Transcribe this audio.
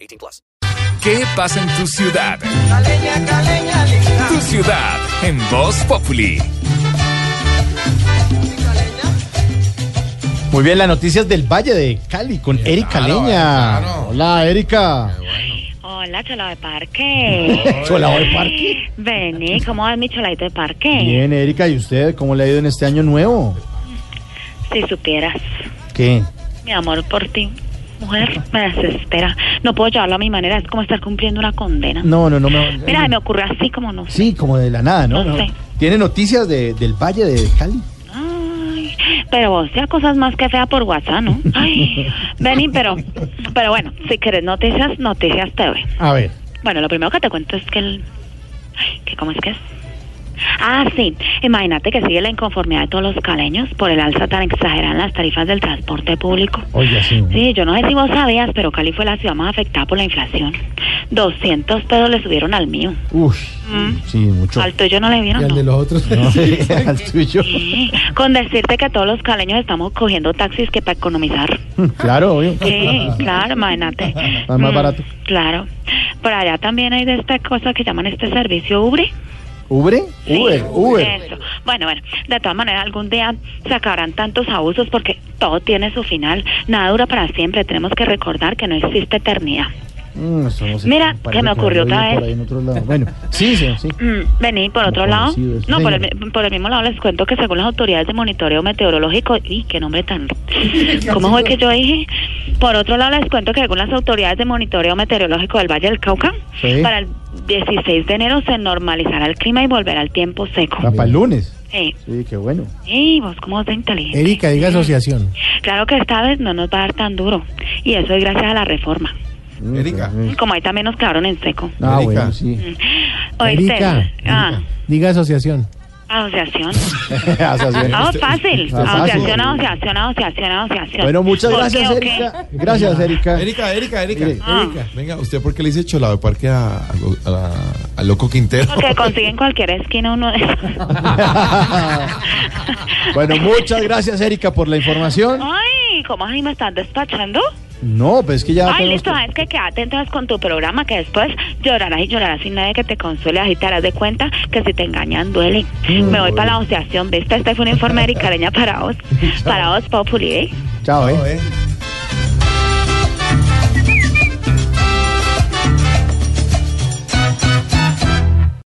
18 plus. ¿Qué pasa en tu ciudad? Caleña, caleña, linda. Tu ciudad en Voz Populi. Muy bien, las noticias del Valle de Cali con Erika Leña. Hola, Erika. Hola, chola de parque. Chola de parque. Vení, ¿cómo va mi choladito de parque? Bien, Erika, ¿y usted cómo le ha ido en este año nuevo? Si supieras, ¿Qué? mi amor por ti, mujer, me desespera. No puedo llevarlo a mi manera, es como estar cumpliendo una condena. No, no, no me. Mira, me ocurre así como no. Sí, como de la nada, ¿no? No sé. ¿Tiene noticias de- del Valle de Cali? Ay, pero vos sea cosas más que fea por WhatsApp, ¿no? Ay, vení, pero, pero bueno, si querés noticias, noticias TV. A ver. Bueno, lo primero que te cuento es que el... ay, ¿qué- ¿Cómo es que es? Ah, sí. Imagínate que sigue la inconformidad de todos los caleños por el alza tan exagerada en las tarifas del transporte público. Oye, sí. Sí, yo no sé si vos sabías, pero Cali fue la ciudad más afectada por la inflación. 200 pesos le subieron al mío. Uf. Mm. Sí, mucho. Al tuyo no le vieron, ¿no? los otros. No, sí, al tuyo. Sí, Con decirte que todos los caleños estamos cogiendo taxis que para economizar. Claro, obvio. Sí, claro, imagínate. Está más Mm, barato. Claro. Por allá también hay de esta cosa que llaman este servicio Ubre. ¿Ubre? Sí, Uber, Uber. eso. Bueno, bueno, de todas maneras algún día se acabarán tantos abusos porque todo tiene su final, nada dura para siempre, tenemos que recordar que no existe eternidad. Mm, eso no sé, Mira, parece que me ocurrió haberlo oído otra por vez. ahí en otro lado. Bueno, sí, sí, sí. Mm, Vení, por otro Como lado, conocido, sí, no, por el, señor. mi- por el mismo lado les cuento que según las autoridades de monitoreo meteorológico, y qué nombre tan, ¿cómo fue que yo dije? Por otro lado les cuento que según las autoridades de monitoreo meteorológico del Valle del Cauca, Sí. para el 16 de enero se normalizará el clima y volverá el tiempo seco. Ah, para el lunes. Sí. Sí, qué bueno. Sí, vos cómo de inteligente. Erika, diga asociación. Claro que esta vez no nos va a dar tan duro. Y eso es gracias a la reforma. Erika. Como ahí también nos quedaron en seco. Mm. Ah, bueno, sí. Oíste. Ah, Diga asociación. asociación. asociación. Ah, fácil. Ah, fácil. Asociación, asociación, asociación, asociación. Bueno, muchas ¿Por gracias, qué o qué? Erika. Gracias, Erika. Erika, Erika, Erika. Mire. Ah. Erika, Venga, ¿usted por qué le dice cholado de parque a, a lo- a la- al loco Quintero? Porque consiguen cualquier esquina uno de bueno, muchas gracias, Erika, por la información. Ah. Ay, ¿cómo así me estás despachando? No, pues es que ya. Ay, tenemos listo, que- sabes que quédate entonces con tu programa que después llorarás y llorarás sin nadie que te console, así te harás de cuenta que si te engañan duele. Me voy para la asociación, ¿viste? Este fue un informe de Caleña para vos, para vos, Populi, ¿eh? Chao, eh. No, ¿eh?